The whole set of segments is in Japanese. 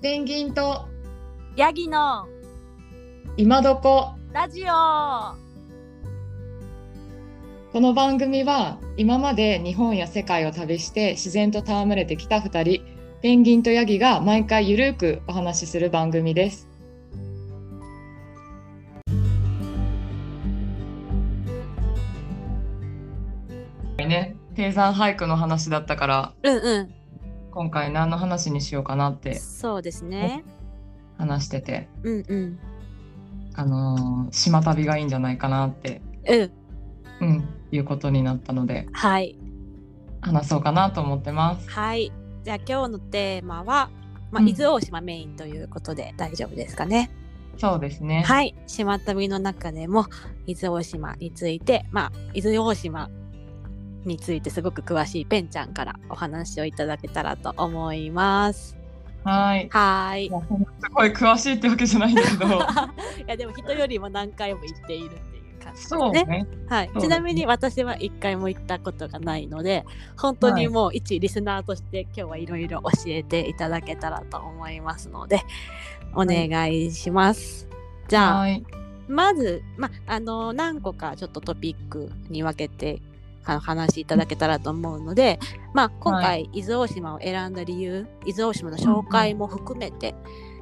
ペンギンとヤギの今どこラジオこの番組は今まで日本や世界を旅して自然と戯れてきた2人ペンギンとヤギが毎回ゆるくお話しする番組ですね低山俳句の話だったからうんう今回何の話にしようかなっんてそうですね話しててうんうんあのー島旅がいいんじゃないかなって、うんうん、いうことになったのではい話そうかなと思ってます。はいじゃあ今日のテーマはまあ、うん伊豆大島メインということで大丈夫ですかね、そうですね。はい島旅の中でも伊豆大島についてまあ伊豆大島についてすごく詳しいペンちゃんからお話をいただけたらと思いますはい。は ーい。いやそんなすごい詳しいってわけじゃないんだけどいやでも人よりも何回も行っているっていう感じですそうね。ね。はいそう、ですちねなみに私は一回も行ったことがないので本当にもう一リスナーとして今日はいろいろ教えていただけたらと思いますのでお願いします。じゃあはい。まず、まあの何個かちょっとトピックに分けてあの話しいただけたらと思うので、まあ、今は回伊豆大島を選んだ理由伊豆大島の紹介も含めて、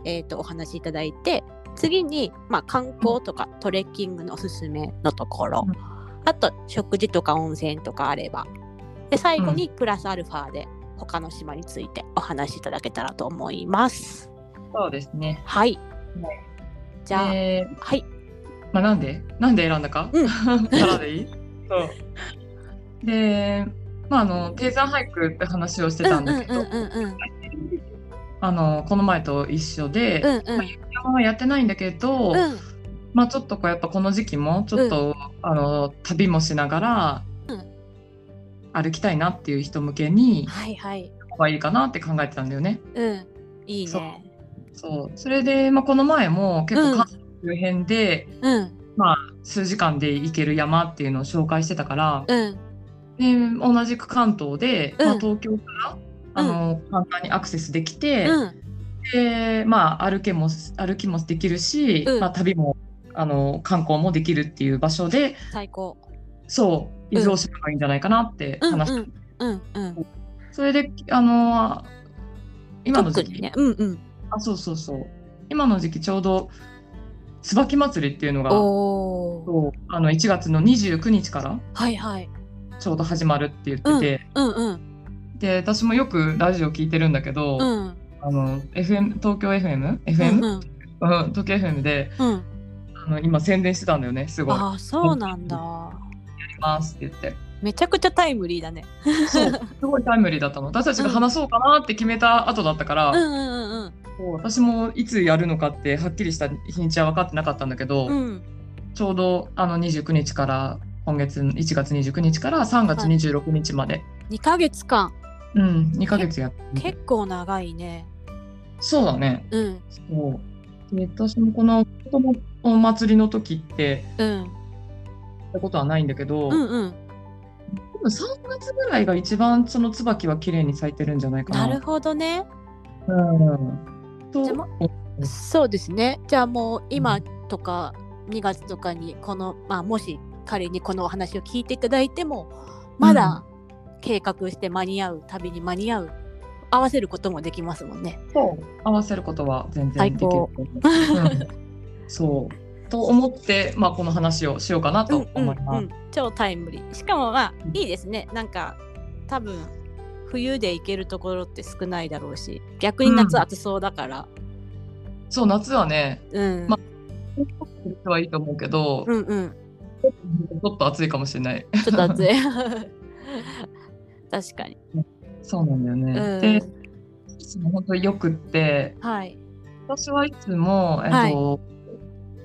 えー、とお話しいただいて次に、まあ、観光とかトレッキングのおすすめのところうんあと食事とか温泉とかあればで最後にプラスアルファで他の島についてお話しいただけたらと思います。そうですね。はいはいじゃあ、えーはい、まあなんでなんで選んだか。うかんらでい い。そう。で、まああの低山俳句って話をしてたんですけど、うんうんうんうんあのこの前と一緒で、うんうんまあ雪山はやってないんだけど、うんまあちょっとこうやっぱこの時期もちょっと、あの旅もしながらうん歩きたいなっていう人向けにはいはい。方がいいかなって考えてたんだよね。うん。いいそうね。そうそれで、まあ、この前も結うん構関東周辺でうん。数時間で行ける山っていうのを紹介してたから、うん。で同じく関東で、うんまあ、東京から。あの簡単にアクセスできて、うん。でまあ、歩けも歩きもできるし、うんまあ、旅もあの観光もできるっていう場所で最高。そううん伊豆大島がいいんじゃないかなってうん。う話した、ん。うん。うん。それであの今の特時期にね。うん。うん。あそうそうそう今の時期ちょうど椿祭りっていうのがおお。そうあの1月の29日からはいはい。ちょうど始まるって言ってて、うん。うん。で私もよくラジオ聞いてるんだけど、うん。あの FM 東京 FM?FM? うん。うんうん。東京 FM でうん。あの今宣伝してたんだよねすごい。やああ、そうなんだ。りますって言ってめちゃくちゃタイムリーだね。 そうすごいタイムリーだったの私たちが話そうかなって決めた後だったから、うん。うん。うん。こう私もいつやるのかってはっきりした日にちは分かってなかったんだけど、うん。うん。ちょうどあの29日から今月1月29日から3月26日まで、二ヶ月間。うん2ヶ月やってみて結構長いね。そうだねうん。そうで私もこの子供お祭りの時ってうん。やったことはないんだけど、うん。うん。多分3月ぐらいが一番その椿は綺麗に咲いてるんじゃないかな。なるほどね。うん、とじゃあそうですね。じゃあもう今とか2月とかにこの、まあ、もし仮にこのお話を聞いていただいてもまだ計画して間に合う旅に間に合う合わせることもできますもんね。そう合わせることは全然できると思う。うんそうと思って、まあ、この話をしようかなと思います。うん超タイムリー。しかもまあいいですね。なんか多分冬で行けるところって少ないだろうし逆に夏うん暑そうだから。そう夏はねうん。まはいいと思うけど、うんうん。ちょっと暑いかもしれない。ちょっと暑い。 確かに。そうなんだよね。うんで、いつも本当によくって、はい。私はいつも、えっと、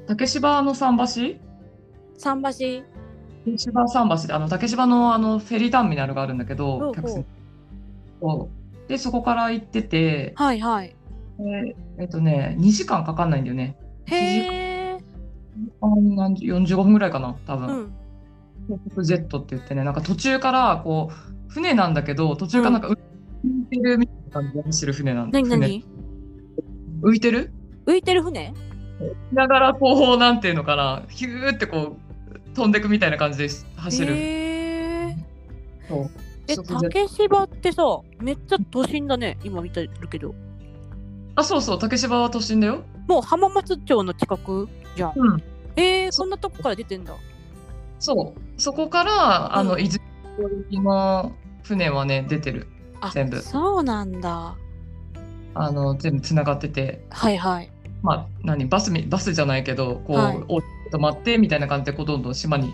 竹芝の桟橋桟橋。竹芝桟橋ってあの竹芝のあのフェリーターミナルがあるんだけど、ほうほう客船そうでそこから行ってて、はいはい。でえっとね2時間かかんないんだよねへえ。あ何時45分ぐらいかな多う分、ん。ジェットって言ってねなんか途中からこう船なんだけど途中からなんか浮いてるみたいな感じで走る船なんなにな船に。浮いてる浮いてる船ながらこうなんていうのかなヒューってこう飛んでくみたいな感じで走る、へーそうえそこで竹芝ってさめっちゃ都心だね今見てるけどあそうそう竹芝は都心だよもう浜松町の近くじゃんうんえー、そそんなとこから出てんだそうそこからあの伊豆の船はね出てるあ全部そうなんだあの全部つながっててはいはいまあ何バスみバスじゃないけどこう、はいお止まってみたいな感じでこうどんどん島に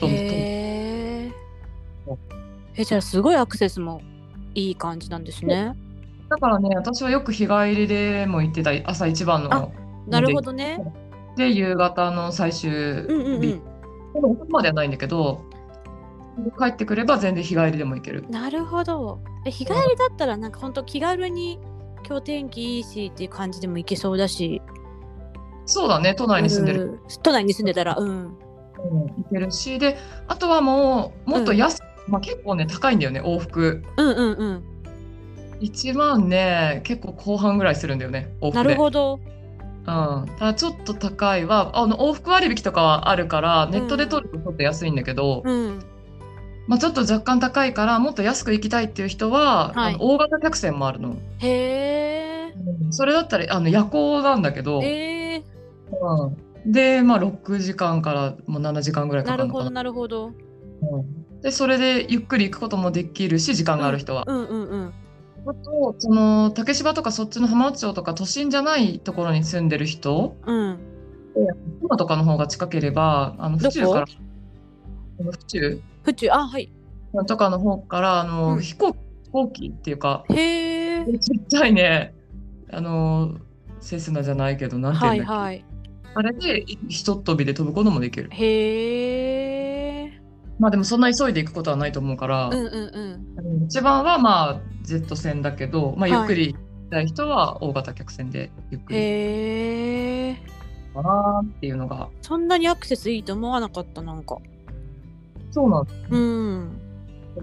どんどんへーえじゃあすごいアクセスもいい感じなんですねだからね私はよく日帰りでも行ってた朝一番あのなるほどねで夕方の最終日、うんうんうんでもそこまではないんだけど帰ってくれば全然日帰りでも行けるなるほどえ日帰りだったらなんかほんと気軽に今日天気いいしっていう感じでも行けそうだしそうだね都内に住んでる、うん都内に住んでたらうんうん行けるしであとはもうもっと安く、まあ、結構ね高いんだよね往復うんうんうん1万ね結構後半ぐらいするんだよね往な復でるほど。うん、ただちょっと高いはあの往復割引とかはあるからネットで取るとちょっと安いんだけど、うん。まあ、ちょっと若干高いからもっと安く行きたいっていう人は、はいあの大型客船もあるの、へえ。それだったらあの夜行なんだけど、えうー、んで、まあ、6時間からもう7時間ぐらいかなかるるのほかどななるほど。うんでそれでゆっくり行くこともできるし時間がある人は、うんうんうん。あとその竹芝とかそっちの浜松町とか都心じゃないところに住んでる人うん。今とかの方が近ければあのどこ府中からあの府中府中あはい。とかの方からあの、うん飛行飛行機っていうかへえ。ちっちゃいねあのセスナじゃないけどなんていはうんいだっけ、はい。あれでいひとっ飛びで飛ぶこともできるへえ。まあでもそんな急いで行くことはないと思うから、うんうんうん。一番はまあジェット船だけど、まあ、ゆはいっくり行きたい人は大型客船でゆっくりへえ。かなっていうのがそんなにアクセスいいと思わなかったなんか。そうなんでうん。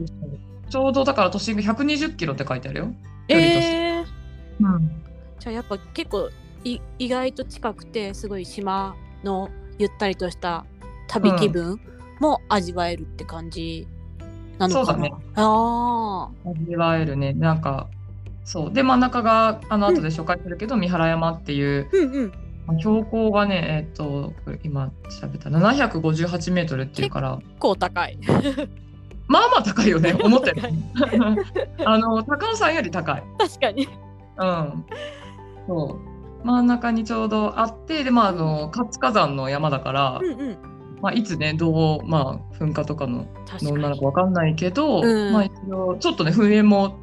すちょうどだから都心が120キロって書いてあるよ、距離としてえー、うん、じゃあやっぱ結構い意外と近くてすごい島のゆったりとした旅気分も味わえるって感じなのかな。そうだねああ。味わえるねなんかそうで真ん中があのうん後で紹介するけど、三原山っていううんうん。まあ標高がねえっ、とこれ今喋った758メートルっていうから結構高い。 まあまあ高いよね思 ったより高いあの高尾山より高い確かに。うんそう真ん中にちょうどあってでまああの活火山の山だから、うんうん。まあ、いつねどう、まあ、噴火とかの確のかなのにか。わかんないけど、うんまあ一応ちょっとね噴煙も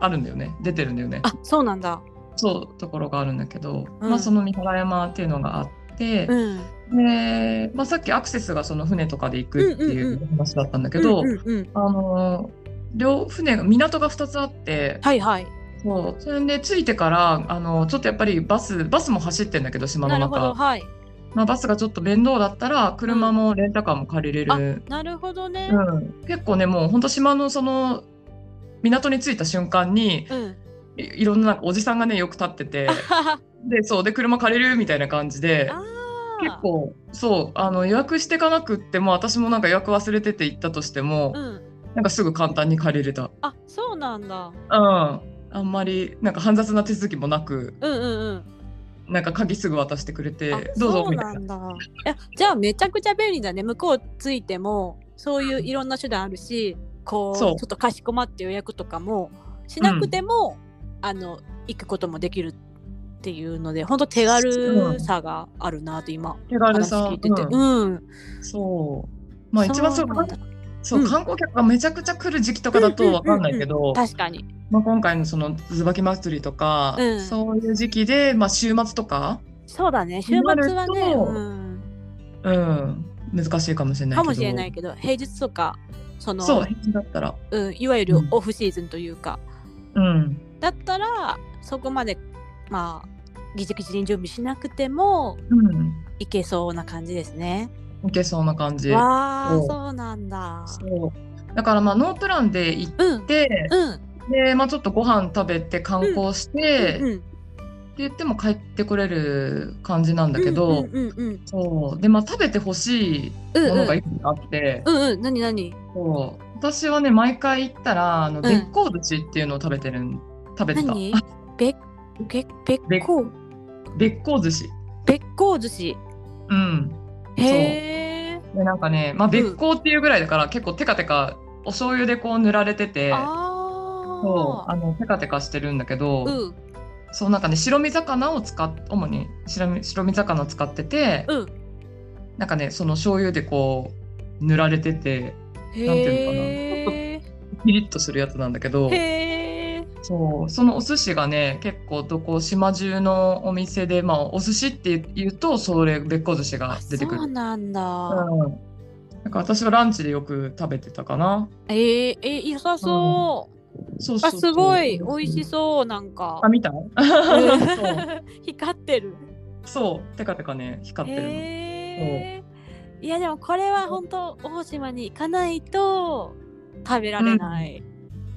あるんだよね出てるんだよねあ、そうなんだ。そうそうところがあるんだけど、うんまあ、その三原山っていうのがあって、うん。で、まあ、さっきアクセスがその船とかで行くっていんうんうう話だったんだけど、うんうんうん。あのー両船が港が2つあって、はいはい。そうそれで着いてからあのーちょっとやっぱりバスバスも走ってんだけど島なのるほど。中、はい。まあ、バスがちょっと面倒だったら車もレンタカーも借りれる、なるほどねう。ん結構ねもうほんと島のその港に着いた瞬間にうん。いいろんなおじさんがねよく立ってて あははでそうで車借りるみたいな感じで。あー結。構そうあの予約してかなくっても私もなんか予約忘れてて行ったとしても、うん。なんかすぐ簡単に借りれたうんあ、そうなんだ。あんまりなんか煩雑な手続きもなくうんうんうん。なんか鍵すぐ渡してくれあて、どうそぞうみたないなんだ。いや、じゃあめちゃくちゃ便利だね。向こう着いてもそういういろんな手段あるし、こうちそょうっとかしこまって予約とかもしなくても、あの行くこともできるっていうので、本当手軽さがあるなと今手軽話さ聞いてて、うんうん、そうまあ一番そうなんだそううん観光客がめちゃくちゃ来る時期とかだうんとうんうんわかんないけど、確かに、まあ、今回のその椿祭りとか、うんそういう時期で、まあ、週末とか、そうだね週末なるとはね、うん、うん、難しいかもしれないけどかもしれないけど平日とかそのそう平日だったらうん、いわゆるオフシーズンというか、うんだったらそこまでまあぎちぎちに準備しなくてもうんいけそうな感じですね。いけそうな感じ。わあそうそうなんだ。そうだからまあノープランで行っうんて、うんでまあ、ちょっとご飯食べて観光して、うん言っても帰ってこれる感じなんだけど、うんうんうんそうでまあ食べてほしいうんものうがんいくつかあって、うんうん何何そう私はね毎回行ったらあの、んべっこう寿司っていうのを食べてるん食べてた何べべべっべこうべっこう寿司べっこう寿司うんへえでなんかねまあべっこうっていうぐらいだから、結構テカテカお醤油でこう塗られててそうあああのテカテカしてるんだけど、うんそうなんかね白身魚を使っ主に白身白身魚を使ってて、うんなんかねその醤油でこう塗られててへていうえピリッとするやつなんだけどへえそうそのお寿司がね結構どこ島中のお店でまあお寿司って言うとそれべっこう寿司が出てくるそうなんうだん、なんか私はランチでよく食べてたかなえええ良さそうそうそあうそうすごい美味しそうなんか あ見た そう光ってるそうテカテカね光ってるの、へえいやでもこれは本当大島に行かないと食べられない、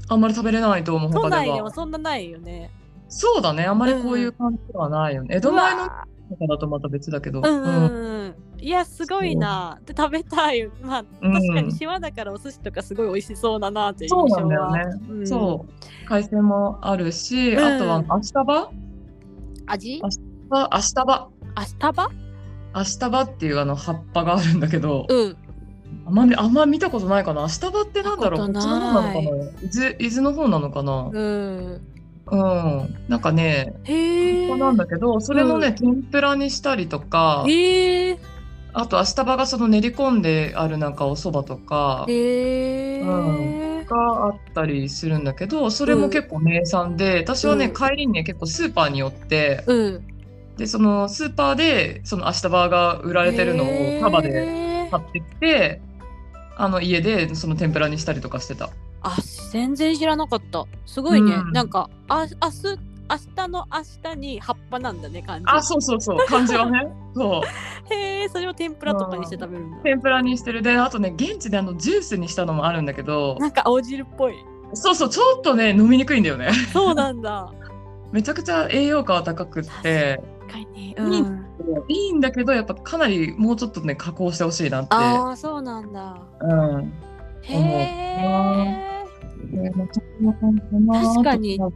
あんまり食べれないと思う都他内ででもはそんなないよねそうだねあんまりこういう感じではないよね、江戸前のうわとかだとまた別だけど、うんうんうんいやすごいなで食べたいまあうん確かに島だからお寿司とかすごい美味しそうだなっていうそう印な象んだよはね、うんそう海鮮もあるし、うんあとは明日場味あは明日場アスタバ明日場っていうあの葉っぱがあるんだけど、うんあんまりあんま見たことないかな明日場ってなんだろうこっ見ちたのこと方なないのかな伊豆伊豆の方なのかなうんうん、なんかねへえ葉っぱなんだけどそれもね、うん天ぷらにしたりとかへえあと明日場がその練り込んであるなんかお蕎麦とかへえうんがあったりするんだけどそれも結構名産で、私はね、うん帰りにね結構スーパーに寄ってうんでそのスーパーでその明日バーが売られてるのを束でへえ買ってきて、あの家でその天ぷらにしたりとかしてた。あ全然知らなかったすごいね、うんなんかあ明日明日の明日に葉っぱなんだね感じあそうそうそう感じ はねそうへえそれを天ぷらとかにして食べるんだ、天ぷらにしてるであとね現地であのジュースにしたのもあるんだけどなんか青汁っ ぽいそうそうちょっとね飲みにくいんだよね そうなんだめちゃくちゃ栄養価は高くって確かに、いいいいんだけどやっぱかなりもうちょっとね加工してほしいなって。ああそうなんだうん確へえ確かに、うん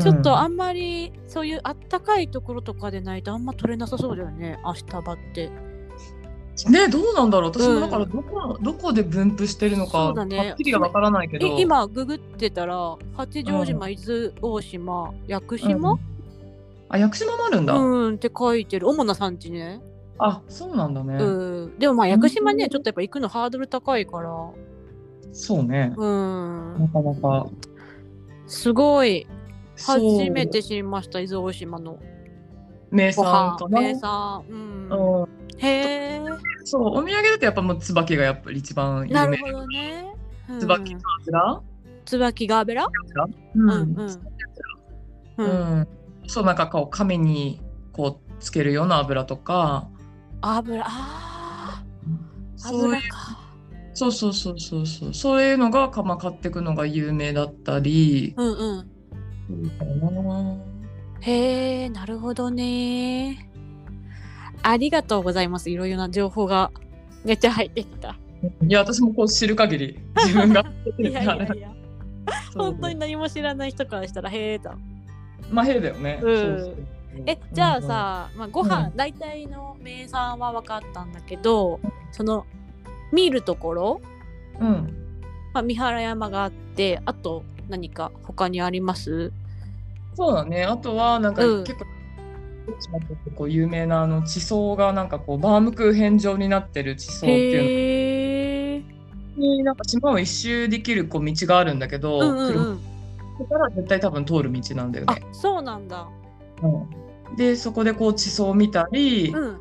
ちょっとあんまりそういうあったかいところとかでないとあんま取れなさそうだよね明日場ってねどうなんだろう私うんもだからどこ、どこで分布してるのそか、うだねはっきりはわからないけどえ今ググってたら八丈島、伊豆大島屋久う島んあ屋久島もあるんうだ、ん、って書いてる主な産地ねあそうなんだね、うん、でもまあ屋久島うねんちょっとやっぱ行くのハードル高いからそうね、うんなかなかすごいそう初めて知りました伊豆大島の名ご産飯かな、名産うんうん、へえそうお土産だとやっぱもう椿がやっぱり一番有な名るほどね、うん、椿桜椿ガーベラう、うんんうんううんんそうなんかこう亀にこうつけるような油とか油あーそうい油うかそうそうそうそうそうそういうのがかま買ってくのが有名だったり、うんうんへえなるほどねありがとうございますいろいろな情報がめっちゃ入ってきたいや私もこう知る限 り自分がいやいやいやそう本当に何も知らない人からしたらへえとまあ変だよね、うんそうそうえじゃあ、さ、まあ、ご飯、大体の名産は分かったんだけどその見るところ、うんうん、まあ、三原山があってあと何か他にありますそうだねあとはなんかうん結構、こう有名なあの地層がなんかこうバームクーヘン状になってる地層っていうへえのになんか島を一周できるこう道があるんだけど、うんうんう車んから絶対多分通る道なんだよあね。そうなんだうんでそこでこう地層を見たり、うん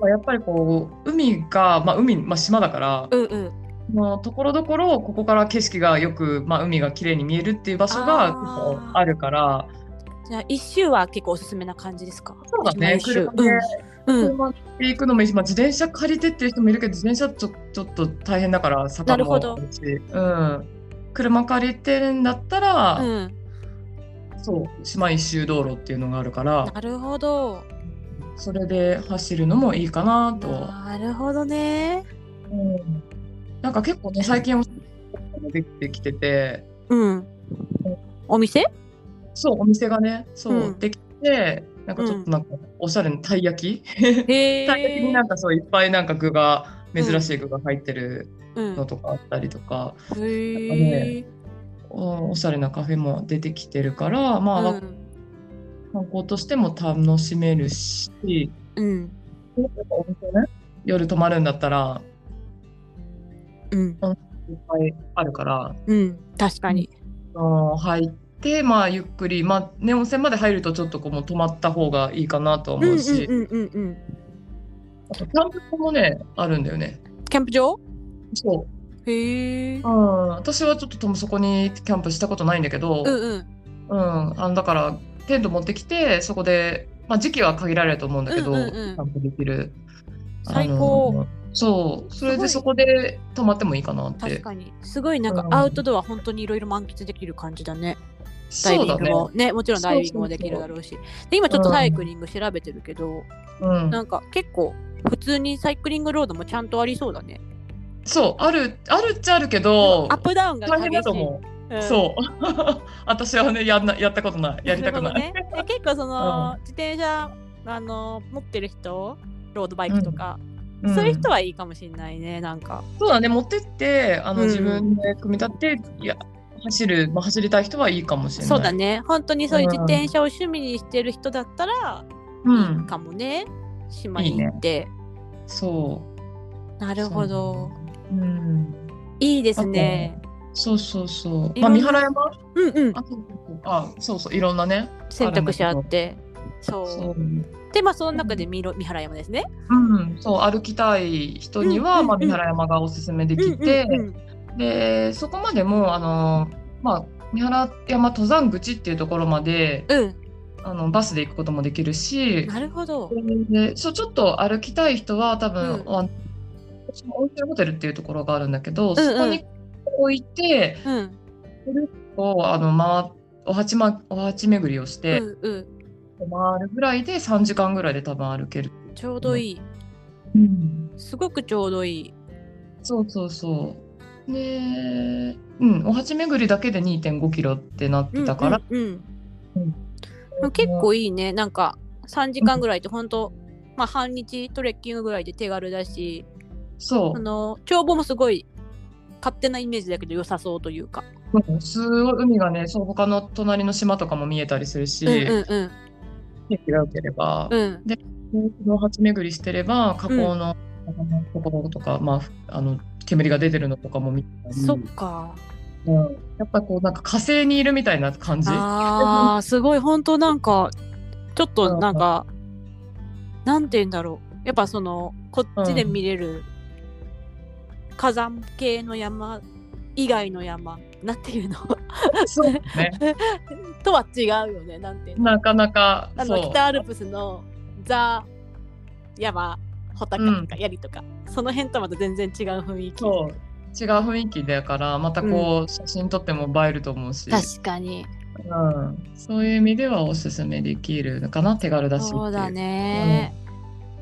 まあやっぱりこう海が、まあ、海、まあ、島だから、うんうんもうところどころここから景色がよく、まあ、海が綺麗に見えるっていう場所あがー結構あるからじゃあ一周は結構おすすめな感じですかそうだね一周車でうん、うん、車で行くのもいいし、まあ、自転車借りてっていう人もいるけど自転車ちょちょっと大変だから坂なるもほどあるし、うん、車借りてるんだったら、うんそう島一周道路っていうのがあるからなるほど。それで走るのもいいかなとは、なるほどね。うんなんか結構ね最近はできてきててうん。お店？そうお店がねそう、うんできてなんかちょっとなんかおしゃれなたい焼き、へえ。たい焼きになんかそういっぱいなんか具が珍しい具が入ってるうんのとかあったりとか、へえ。うんおしゃれなカフェも出てきてるからまあ、うん観光としても楽しめるし、うんお店ね夜泊まるんだったらうんいっぱいあるから、うん確かに。あの入ってまあゆっくりまあね温泉まで入るとちょっとこうもう泊まった方がいいかなとはうんう思んうし、うんうんうん。あとキャンプ場もねあるんだよね。キャンプ場？そうへえう。ん、私はちょっとともそこにキャンプしたことないんだけど、うんうん。うん、あのだからテント持ってきてそこで、まあ、時期は限られると思うんだけど、うんうんうんキャンプできる最高あのそうそれですごいそこで泊まってもいいかなって確かにすごいなんかうんアウトドア本当にいろいろ満喫できる感じだね。ダイそビうだングねもねもちろんダイビングもできるだろうし。で今ちょっとうんサイクリング調べてるけど、うんなんか結構普通にサイクリングロードもちゃんとありそうだね。そうあるあるっちゃあるけどアップダウンが大激し変い。だと思う、うんそう 私はねやんなやったことないやりたくない るほどね、で結構その、自転車あの持ってる人ロードバイクとか、うんそういう人はいいかもしれないねなんか。そうだね持ってってあの、うん自分で組み立てていや走る、まあ、走りたい人はいいかもしれないそうだね本当にそういううん自転車を趣味にしてる人だったら、ういいんかもね島に行って。そうなるほどうんいいですね。そうそうそういまあろんな三原山うんうんあそうそうあそうそういろんなね選択肢あって。そうそうでまあその中で三浦三原山ですね。うん、そう歩きたい人には、うんうんうんまあ、三原山がおすすめできて、うんうんうんでそこまでもあの、まあ、三原山登山口っていうところまでうん、あのバスで行くこともできるしなるほど。でそうちょっと歩きたい人は多分、うあの私も温泉ホテルっていうところがあるんだけど、んそこに置いてうんこうあの回お鉢、ま、お鉢巡りをしうて、んうん回るぐらいで3時間ぐらいで多分歩ける。ちょうどいい。すごくちょうどいい。そうそうそう。で、うん、お鉢巡りだけで2.5キロってなってたから、うんうんううんんまあ結構いいねなんか3時間ぐらいって本当、まあ半日トレッキングぐらいで手軽だしそあの帳簿もすごい勝手なイメージだけど良さそうというか、う、すごい海がね、そう他の隣の島とかも見えたりするし、うん天うん気が良ければう、んうんお鉢巡りしてれば、河口の、あのところとか、まあふ、あの煙が出てるのとかも見たり、そっかうんやっぱこうなんか火星にいるみたいな感じ。あーすごい本当なんかちょっとなんか、なんて言うんだろうやっぱそのこっちで見れる火山系の山以外の山なんていうの そうね。とは違うよねなんていうのなかなか、あそのう。北アルプスのザ山穂高とか槍とか、その辺とはまた全然違う雰囲気そう違う雰囲気だからまたこう、写真撮っても映えると思うし、確かにうん、そういう意味ではおすすめできるのかな手軽だしっていそうだね、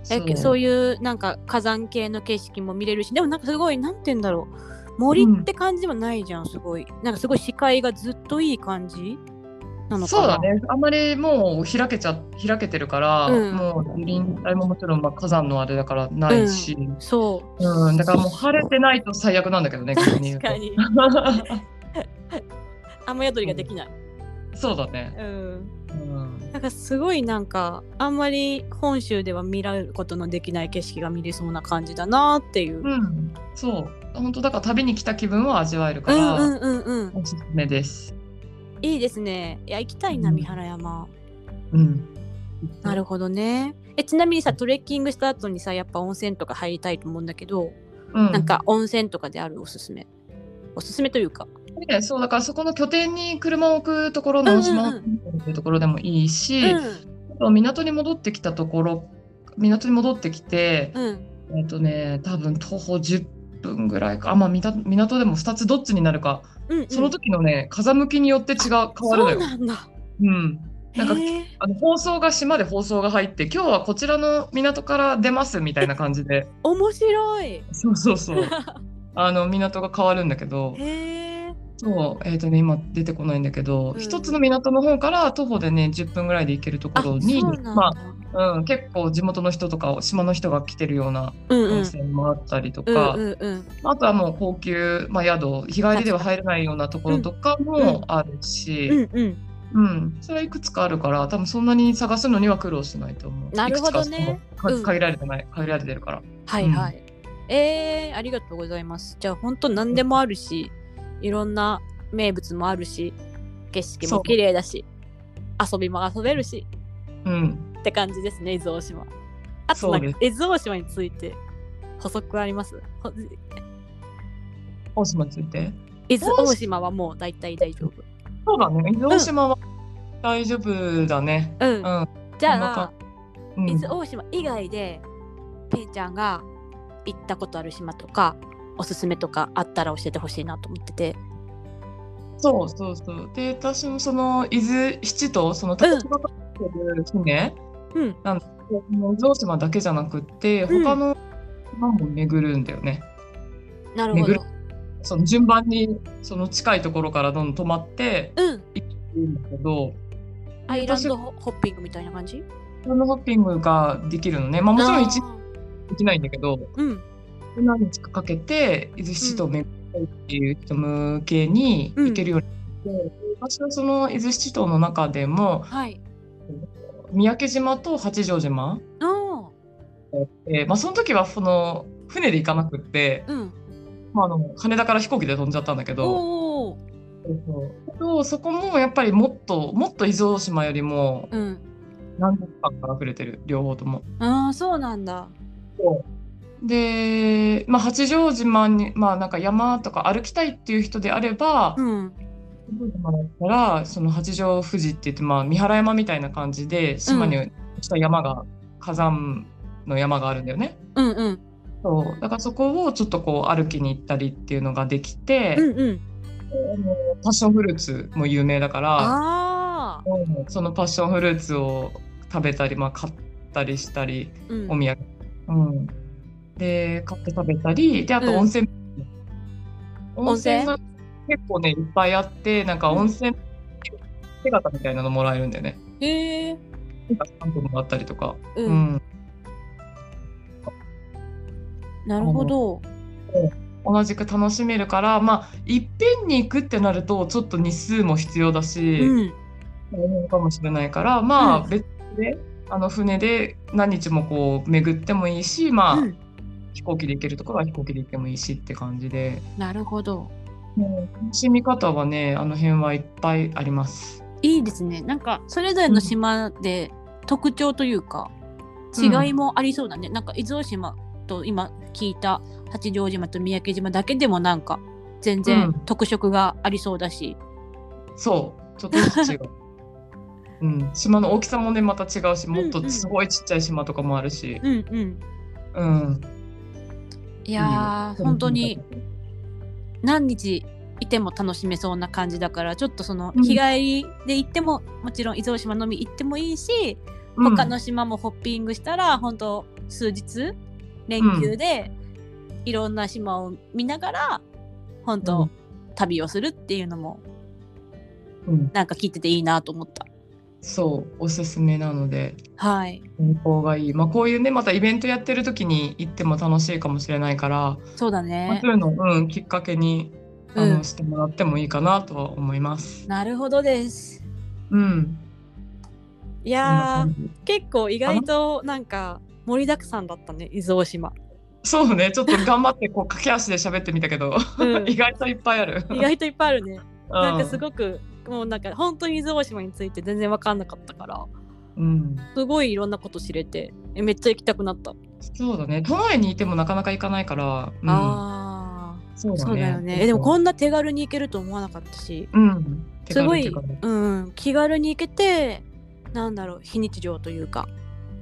そえうそういうなんか火山系の景色も見れるしでもなんかすごいなんて言うんだろう森って感じでもないじゃんすごいなんかすごい視界がずっといい感じなのかなそうだねあまりもう開けちゃ開けてるから、うんもう臨帯ももちろんまあ火山のあれだからないし、そううんだからもう晴れてないと最悪なんだけどね逆に言う 確と かに雨宿りができない、そうだね、うんうん、なんかすごいなんかあんまり本州では見られることのできない景色が見れそうな感じだなっていう。うんうん、そう本当だから旅に来た気分を味わえるかうら、んうんうん。おすすめですいいですね。いや行きたいなうん三原山。うんなるほどね。えちなみにさトレッキングした後にさやっぱ温泉とか入りたいと思うんだけど、うんなんか温泉とかであるおすすめ。おすすめというか。ね、そうだからそこの拠点に車を置くところのうんうんうん島を置くというところでもいいし、あと港に戻ってきたところ港に戻ってきて、うんうん。えっ、とね多分徒歩10分ぐらいかあ、まあ、港港でも2つどっちになるかうんうん。その時のね風向きによって違う変わるのそよ。うなんだ。うん、なんかへーあの放送が島で放送が入って今日はこちらの港から出ますみたいな感じ で面白い。そうそうそうあの港が変わるんだけどへえ。そうえっ、とね今出てこないんだけどうん一、つの港の方から徒歩でね10分ぐらいで行けるとこあ、ろそうになんだ。まあ、うん、結構地元の人とか島の人が来てるようなうんうん。う温ん泉もあったりとうか、んうん。あとはもう高級、まあ、宿日帰りでは入れないようなところとかうんもあるし。うんうん。うん、それはいくつかあるから多分そんなに探すのには苦労しないと思う。なるほどねいくつかそのうんか限られてない、限られてるから。はいはい。えー、ありがとうございます。じゃあ本当何でもあるし、いろんな名物もあるし、景色そもう綺麗だし、遊びも遊べるしうん、って感じですね、伊豆大島。あとそうなんですか伊豆大島について補足あります。ほ大島について。伊豆大島はもう大体大丈夫。そうだね、伊豆大島は大丈夫だね。うん。んじゃそんなあ感。うん、伊豆大島以外でペイちゃんが行ったことある島とかおすすめとかあったら教えてほしいなと思っててそうそうそう。で、私もその伊豆七島、その立ち上がってる船、うんなんでその伊豆大島だけじゃなくって、うん他の島も巡るんだよね。なるほど巡その順番にその近いところからどんどん止まってうんいいんだけど、アイランドホホッピングみたいな感じランドホッピングができるのね、まあ、もちろん一日できないんだけどあーうん何日かかけて伊豆七島を巡りたいっていう人向けに行けるようになって、私はその伊豆七島の中でもはい三宅島と八丈島、おーえーまあ、その時はその船で行かなくって、うんまあ、あの羽田から飛行機で飛んじゃったんだけどおおそうそうけどそこもやっぱりもっともっと伊豆大島よりもうん何十間から触れてる両方とも。ああそうなんだで、まあ、八丈島に、まあ、なんか山とか歩きたいっていう人であれば、うん八丈島だったらその八丈富士って言って、まあ、三原山みたいな感じで島にした山が、火山の山があるんだよね。うんうんそうだからそこをちょっとこう歩きに行ったりっていうのができて、うんうんあのパッションフルーツも有名だからああうんそのパッションフルーツを食べたり、まあ、買ったりしたり。うんお土産、うん、で買って食べたりであうとん温泉、温泉が結構ねいっぱいあってなんかうん温泉手形みたいなのもらえるんだよねへえなんかスタンプもらったりとか、ううんんなるほど同じく楽しめるからまあいっぺんに行くってなるとちょっと日数も必要だし、うん大変かもしれないからまあ、うん別であの船で何日もこう巡ってもいいしまあ、うん飛行機で行けるところは飛行機で行ってもいいしって感じで。なるほどもう楽しみ方はね、あの辺はいっぱいあります。いいですね。なんかそれぞれの島で特徴というか、違いもありそうだね。なんか伊豆大島と今聞いた八丈島と三宅島だけでもなんか全う然ん特色がありそうだし、そう、ちょっとずつ 違う。うん、島の大きさもね、また違うし、もっとすごいちっちゃい島とかもあるし。うん、うんうん。いやー、本当に。何日いても楽しめそうな感じだから、ちょっとそのうん日帰りで行っても、もちろん伊豆大島のみ行ってもいいし、うん他の島もホッピングしたら本当数日連休でいろんな島を見ながら本う当ん旅をするっていうのもうん、なんか聞いてていいなと思った。そう、おすすめなので、はい、健康がいい。まあ、こういうね、またイベントやってる時に行っても楽しいかもしれないから。そうまだあねそう。いうの、うん、きっかけに、あうの、んしてもらってもいいかなとは思います。なるほどです。うん。そんないや感じー結構意外となんか盛りだくさんだったね伊豆大島。そうね、ちょっと頑張ってこう駆け足で喋ってみたけど、うん意外といっぱいある。意外といっぱいあるね。なんかすい。ごくもうなんか本当に伊豆大島について全然分かんなかったからうん、すごいいろんなこと知れてえめっちゃ行きたくなった。そうだね、都内にいてもなかなか行かないから、うん、あーそうだそうね。だよね。えでもこんんな手軽に行けると思わなかったし、うん、手す軽ごい、手軽うん、気軽に行けて、なんだろう、非日常というか、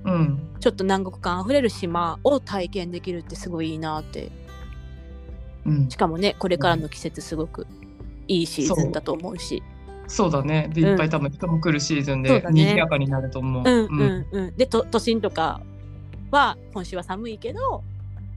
うん、ちょっと南国感あふれる島を体験できるってすごいいいなって。うんし、かもね、これからの季節すごくいいシーズンだと思うし。そうだね。で、うんいっぱい多分人も来るシーズンそうでだね賑やかになると思う。うんうんうん、でと都心とかは今週は寒いけど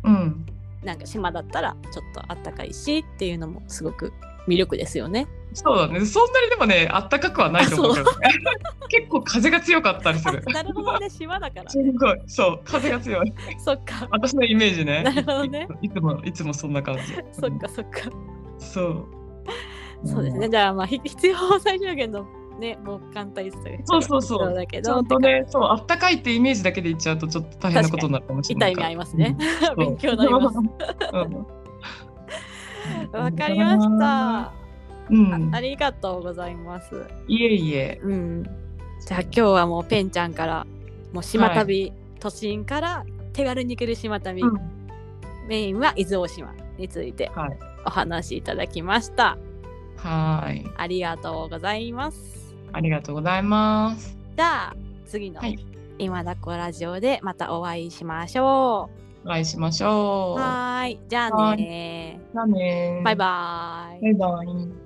うん。なんか島だったらちょっとあったかいしっていうのもすごく魅力ですよね。そうだね。そんなにでもね、あったかくはないと思うけどね。 結構風が強かったりすあ る。なるほどね島だからすごい。 そう、風が強い。そっか私のイメージね。なるほどねいつも、いつもそんな感じ。そっかそっかそう。そうですねじゃあまあひ必要最小限のね防寒対策そうそうそう必要だけちゃどんとね、そう、あったかいってイメージだけで言っちゃうと、ちょっと大変なことになるかもしれ痛ないいか目合ら。いますねうん勉強になります。うんわかりました。うんあ。りがとうございます。いえいえ。うん、じゃあ今日はもうペンちゃんからもう島旅、都心から手軽に行ける島旅、うんメインは伊豆大島についてはいお話しいただきました。はーい。ありがとうございます。ありがとうございます。じゃあ次のはい今だこラジオでまたお会いしましょお会いしましう。ょはーい、じゃあねう。じゃあねー。ーバイバーイ。バイバイ。